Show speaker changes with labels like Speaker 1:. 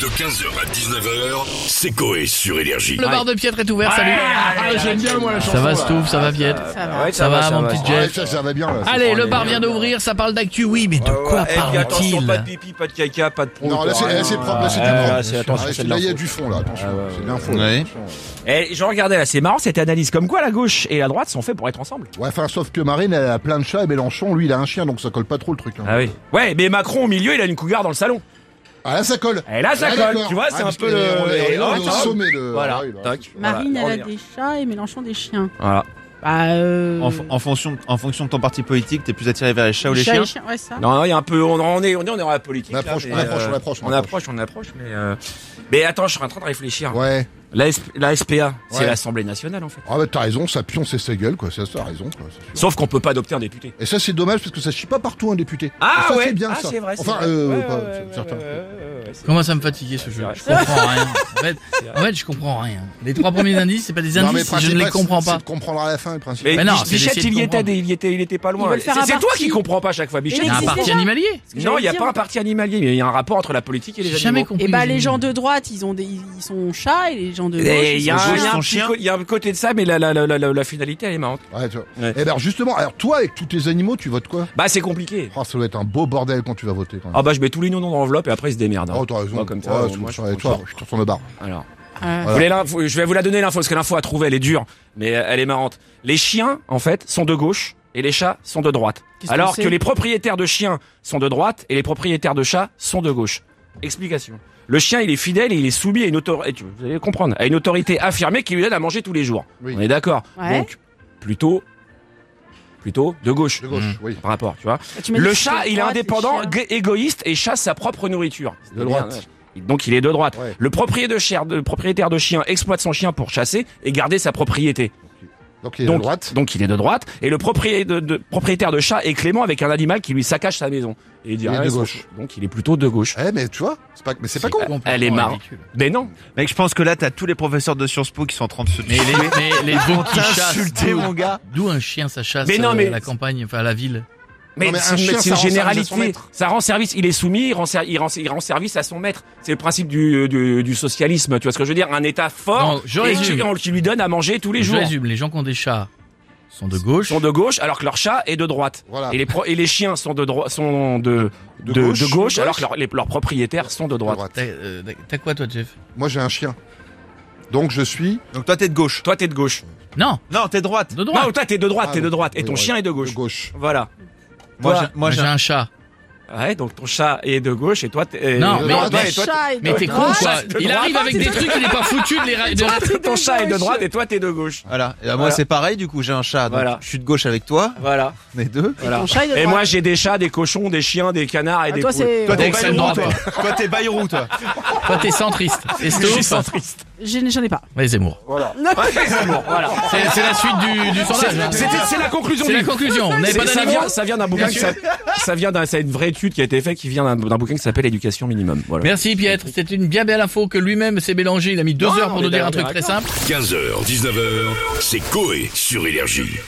Speaker 1: De 15h à 19h, c'est Coé sur Énergie.
Speaker 2: Le bar de Pietre est ouvert, salut
Speaker 3: Ah, j'aime bien moi la chanson.
Speaker 2: Ça va
Speaker 3: là.
Speaker 2: Stouff, ça va Pietre Ça va, mon petit
Speaker 3: Ouais,
Speaker 2: Jeff
Speaker 3: ça, ça va bien
Speaker 4: Ah,
Speaker 3: là. c'est
Speaker 2: Allez,
Speaker 3: pas
Speaker 2: le
Speaker 3: les-
Speaker 2: bar vient d'ouvrir, ça parle d'actu, oui, mais de quoi
Speaker 4: Eh, puis attention, pas de
Speaker 2: parle-t-il
Speaker 4: pipi, pas de caca, pas de prout.
Speaker 3: Non, là c'est
Speaker 4: rien,
Speaker 3: là, c'est propre, là c'est de
Speaker 4: Ah,
Speaker 3: la
Speaker 4: là, c'est- attention, c'est de
Speaker 3: Là il y a
Speaker 4: l'info. Ah,
Speaker 3: du fond là, attention, c'est de l'info. là.
Speaker 5: Ouais.
Speaker 4: Eh, je regardais là, c'est marrant cette analyse. Comme quoi la gauche et la droite sont faits pour être ensemble.
Speaker 3: Ouais, enfin sauf que Marine elle a plein de chats et Mélenchon lui il a un chien donc ça colle pas trop le truc. hein.
Speaker 4: oui. Ouais, mais Macron au milieu, il a une cougar dans le salon.
Speaker 3: Ah là ça colle.
Speaker 4: Et là, ça
Speaker 3: Ah,
Speaker 4: colle.
Speaker 3: d'accord.
Speaker 4: Tu vois,
Speaker 3: Ah,
Speaker 4: c'est un
Speaker 3: parce
Speaker 4: peu
Speaker 3: que,
Speaker 4: le.
Speaker 3: euh,
Speaker 4: et
Speaker 3: là, on est
Speaker 4: là,
Speaker 3: au sommet de.
Speaker 4: Voilà.
Speaker 3: Ah oui, là,
Speaker 4: Tac.
Speaker 3: c'est-
Speaker 6: Marine,
Speaker 4: Voilà,
Speaker 6: elle a
Speaker 4: reviens.
Speaker 6: des chats et Mélenchon des chiens.
Speaker 4: Voilà.
Speaker 6: Bah, euh...
Speaker 5: En, en fonction, en fonction de ton parti politique, t'es plus attiré vers les chats ou les
Speaker 6: chat et
Speaker 5: chiens
Speaker 6: chien, Ouais, ça.
Speaker 4: Non, non, il y a un peu. On, on est, on est, on est dans la politique.
Speaker 3: On
Speaker 4: là,
Speaker 3: approche,
Speaker 4: mais,
Speaker 3: on approche,
Speaker 4: euh,
Speaker 3: on approche, on
Speaker 4: on approche, on approche, mais. euh, Mais attends, je suis en train de réfléchir.
Speaker 3: Ouais.
Speaker 4: La, S- la SPA, c'est
Speaker 3: Ouais.
Speaker 4: l'Assemblée nationale en fait.
Speaker 3: Ah bah t'as raison, ça pionce et sa gueule quoi, ça t'as raison quoi. c'est sûr.
Speaker 4: Sauf qu'on peut pas adopter un député.
Speaker 3: Et ça c'est dommage parce que ça chie pas partout un député.
Speaker 4: Ah
Speaker 3: Et ça,
Speaker 4: ouais.
Speaker 3: c'est bien
Speaker 4: ah,
Speaker 3: ça.
Speaker 4: c'est vrai. c'est
Speaker 3: Enfin
Speaker 4: vrai.
Speaker 3: euh,
Speaker 4: Ouais,
Speaker 3: pas,
Speaker 4: ouais, ouais,
Speaker 3: certains.
Speaker 4: ouais, ouais, ouais, ouais, c'est-
Speaker 2: Comment ça me fatigue ce jeu
Speaker 4: C'est vrai.
Speaker 2: Je comprends rien. En fait, en fait, je comprends rien. Les trois premiers indices, c'est pas des
Speaker 3: Non, mais le
Speaker 2: indices, je ne
Speaker 3: principal,
Speaker 2: les comprends
Speaker 3: c'est- c'est
Speaker 2: pas.
Speaker 3: de comprendre à la fin le principe.
Speaker 4: Mais,
Speaker 2: Mais non,
Speaker 4: Mich-
Speaker 2: c'est hein.
Speaker 4: Bichette,
Speaker 2: d'essayer de
Speaker 4: il y était,
Speaker 2: comprendre.
Speaker 4: il y était, il était pas
Speaker 6: Ils
Speaker 4: loin.
Speaker 6: veulent
Speaker 4: C'est
Speaker 6: faire un
Speaker 4: c'est toi
Speaker 6: parti.
Speaker 4: qui comprends pas à chaque fois,
Speaker 2: Il y
Speaker 4: Bichette.
Speaker 2: a un
Speaker 6: existe
Speaker 2: parti
Speaker 6: déjà.
Speaker 2: animalier
Speaker 6: Ce que
Speaker 4: Non, il
Speaker 6: j'allais
Speaker 4: n'y a
Speaker 6: dire.
Speaker 4: pas un parti animalier, mais il y a un rapport entre la politique et les
Speaker 2: J'ai jamais
Speaker 4: animaux.
Speaker 2: compris.
Speaker 6: Et bah,
Speaker 2: les
Speaker 6: les gens
Speaker 2: animaux.
Speaker 6: de droite, ils ont des, ils sont chats et les gens de gauche.
Speaker 4: Et Il
Speaker 6: ils
Speaker 4: y, a
Speaker 6: sont
Speaker 4: un- il y a
Speaker 6: chiens.
Speaker 4: un
Speaker 5: Son
Speaker 4: petit
Speaker 5: chien.
Speaker 4: co- il y a un côté de ça, mais la, la, la, la, la finalité, elle est marrante.
Speaker 3: Ouais, tu vois.
Speaker 4: Ouais.
Speaker 3: Et ben justement, alors toi avec tous tes animaux, tu votes quoi
Speaker 4: Bah, c'est compliqué.
Speaker 3: Oh, ça doit être un beau bordel quand tu vas voter quand même.
Speaker 4: Ah, bah, je mets tous les noms dans l'enveloppe et après, ils se démerdent. hein.
Speaker 3: Oh, t'as raison.
Speaker 4: Moi, comme ça,
Speaker 3: Ouais,
Speaker 4: euh,
Speaker 3: c'est
Speaker 4: moi,
Speaker 3: bon,
Speaker 4: je
Speaker 3: ça, et
Speaker 4: prends le
Speaker 3: toi, je te retourne le bar.
Speaker 4: Alors.
Speaker 6: Ah.
Speaker 4: Vous voulez l'info je vais vous la donner l'info, parce que l'info à trouver, elle est dure, mais euh, elle est marrante. Les chiens, en fait, sont de gauche et les chats sont de droite.
Speaker 6: Qu'est-ce que
Speaker 4: Alors que,
Speaker 6: c'est
Speaker 4: les propriétaires de chiens sont de droite et les propriétaires de chats sont de gauche. Explication. Le chien, il est fidèle et il est soumis à une autorité, vous allez comprendre, à une autorité affirmée qui lui donne à manger tous les jours.
Speaker 3: Oui.
Speaker 4: On est d'accord.
Speaker 6: Ouais.
Speaker 4: Donc, plutôt, plutôt de gauche.
Speaker 3: De gauche, oui.
Speaker 4: Par rapport, tu vois.
Speaker 6: Ah, Tu m'as dit
Speaker 4: Le
Speaker 6: que
Speaker 4: chat,
Speaker 6: c'était
Speaker 4: il est
Speaker 6: droite et
Speaker 4: indépendant,
Speaker 6: chien.
Speaker 4: gue- égoïste et chasse sa propre nourriture.
Speaker 3: De droite.
Speaker 4: Donc il est de droite.
Speaker 3: Ouais.
Speaker 4: Le propriétaire de, chien, de- propriétaire de chien exploite son chien pour chasser et garder sa propriété.
Speaker 3: Donc il est de
Speaker 4: donc,
Speaker 3: droite.
Speaker 4: donc il est de droite. Et le propriétaire de, de- propriétaire de chat est clément avec un animal qui lui saccage sa maison. Et il, dit,
Speaker 3: Il est
Speaker 4: ah,
Speaker 3: de
Speaker 4: ils sont
Speaker 3: gauche.
Speaker 4: fous. Donc il est plutôt de gauche.
Speaker 3: Eh mais tu vois, c'est pas mais c'est pas con.
Speaker 4: Elle est marrante. Mais non.
Speaker 5: Mec, je pense que là, t'as tous les professeurs de Sciences Po qui sont en train de se.
Speaker 2: Mais les, mais les veaux qui chassent.
Speaker 5: T'insulter,
Speaker 2: d'où-
Speaker 5: mon gars.
Speaker 2: D'où un chien, ça chasse
Speaker 4: Mais non,
Speaker 2: euh,
Speaker 4: mais-
Speaker 2: la campagne, enfin la ville.
Speaker 4: Mais,
Speaker 3: Non, mais
Speaker 4: c'est
Speaker 3: un
Speaker 4: une-
Speaker 3: chien,
Speaker 4: c'est
Speaker 3: ça
Speaker 4: une
Speaker 3: rend service à son
Speaker 4: généralité.
Speaker 3: maître.
Speaker 4: Ça rend service. Il est soumis, il rend, ser- il rend, il rend service à son maître. C'est le principe du, du, du socialisme. Tu vois ce que je veux dire Un État fort
Speaker 2: Non, je
Speaker 4: Oh, et qui,
Speaker 2: résume.
Speaker 4: qui lui donne à manger tous les
Speaker 2: Je
Speaker 4: jours.
Speaker 2: résume, les gens qui ont des chats sont de gauche.
Speaker 4: sont de gauche alors que leur chat est de droite.
Speaker 3: Voilà.
Speaker 4: Et, les pro- et les chiens sont de droite, sont de Ah. de, de gauche, alors que leur- les- leurs propriétaires sont de
Speaker 3: De
Speaker 4: droite.
Speaker 2: T'as euh, t'as quoi toi Jeff
Speaker 3: Moi j'ai un chien. Donc je suis
Speaker 5: Donc toi, t'es de gauche.
Speaker 4: Toi t'es de gauche.
Speaker 2: Non,
Speaker 5: Non, t'es de droite.
Speaker 2: de droite.
Speaker 4: Non, toi t'es de droite,
Speaker 3: Ah,
Speaker 4: t'es de
Speaker 3: oui.
Speaker 4: droite et
Speaker 3: Oui,
Speaker 4: ton
Speaker 3: oui.
Speaker 4: chien est de
Speaker 3: de
Speaker 4: gauche.
Speaker 3: gauche.
Speaker 4: Voilà.
Speaker 5: Moi,
Speaker 4: Toi-
Speaker 5: j'ai- moi,
Speaker 2: j'ai
Speaker 5: j'ai un.
Speaker 2: un chat.
Speaker 4: Ouais, donc ton chat est de gauche et toi t'es
Speaker 2: Non,
Speaker 4: de
Speaker 2: mais-
Speaker 4: droite,
Speaker 2: mais-
Speaker 4: et toi,
Speaker 6: Chat et
Speaker 2: Mais t'es
Speaker 6: de
Speaker 2: con
Speaker 6: droite.
Speaker 2: quoi
Speaker 4: de
Speaker 2: Il
Speaker 4: droite.
Speaker 2: arrive avec des trucs, il est pas foutu de les ra- de ra-
Speaker 4: t'es- ton chat est de
Speaker 6: gauche.
Speaker 4: droite et toi t'es de gauche.
Speaker 5: Voilà. Et bah, moi,
Speaker 4: Voilà.
Speaker 5: c'est pareil. Du coup, j'ai un chat. Donc,
Speaker 4: Voilà.
Speaker 5: Je suis de gauche avec toi.
Speaker 4: Voilà.
Speaker 5: On est deux.
Speaker 4: voilà.
Speaker 6: Ton chat est de
Speaker 4: Et
Speaker 6: droite.
Speaker 4: moi j'ai des chats, des cochons, des chiens, des canards et
Speaker 6: Ah,
Speaker 4: des
Speaker 6: toi,
Speaker 4: poules.
Speaker 6: c'est
Speaker 5: Toi, t'es
Speaker 2: Donc, c'est
Speaker 5: Bayrou,
Speaker 2: de
Speaker 5: toi.
Speaker 2: droite,
Speaker 5: Toi, t'es Bayrou, toi.
Speaker 2: Toi t'es centriste. C'est
Speaker 4: Je suis
Speaker 2: Stouff.
Speaker 4: centriste.
Speaker 6: J'en j'en ai pas.
Speaker 2: Ouais, Zemmour.
Speaker 4: Ah, Voilà.
Speaker 2: C'est c'est la suite du, du
Speaker 4: C'est
Speaker 2: sondage. hein.
Speaker 4: c'était- c'est la conclusion
Speaker 2: C'est
Speaker 4: du
Speaker 2: la conclusion. On n'avait
Speaker 4: C'est-
Speaker 2: pas
Speaker 4: ça,
Speaker 2: d'avis.
Speaker 4: vient, ça vient d'un bouquin, qui s'appelle- ça vient d'un, c'est une vraie étude qui a été faite, qui vient d'un d'un bouquin qui s'appelle Éducation minimum. Voilà.
Speaker 2: Merci Pietre, c'est une bien belle info que lui-même s'est mélangé. Il a mis deux
Speaker 4: Non,
Speaker 2: heures pour
Speaker 4: mais
Speaker 2: nous dire un
Speaker 4: d'accord,
Speaker 2: truc très simple.
Speaker 1: 15h, 19h, c'est Coé sur Énergie.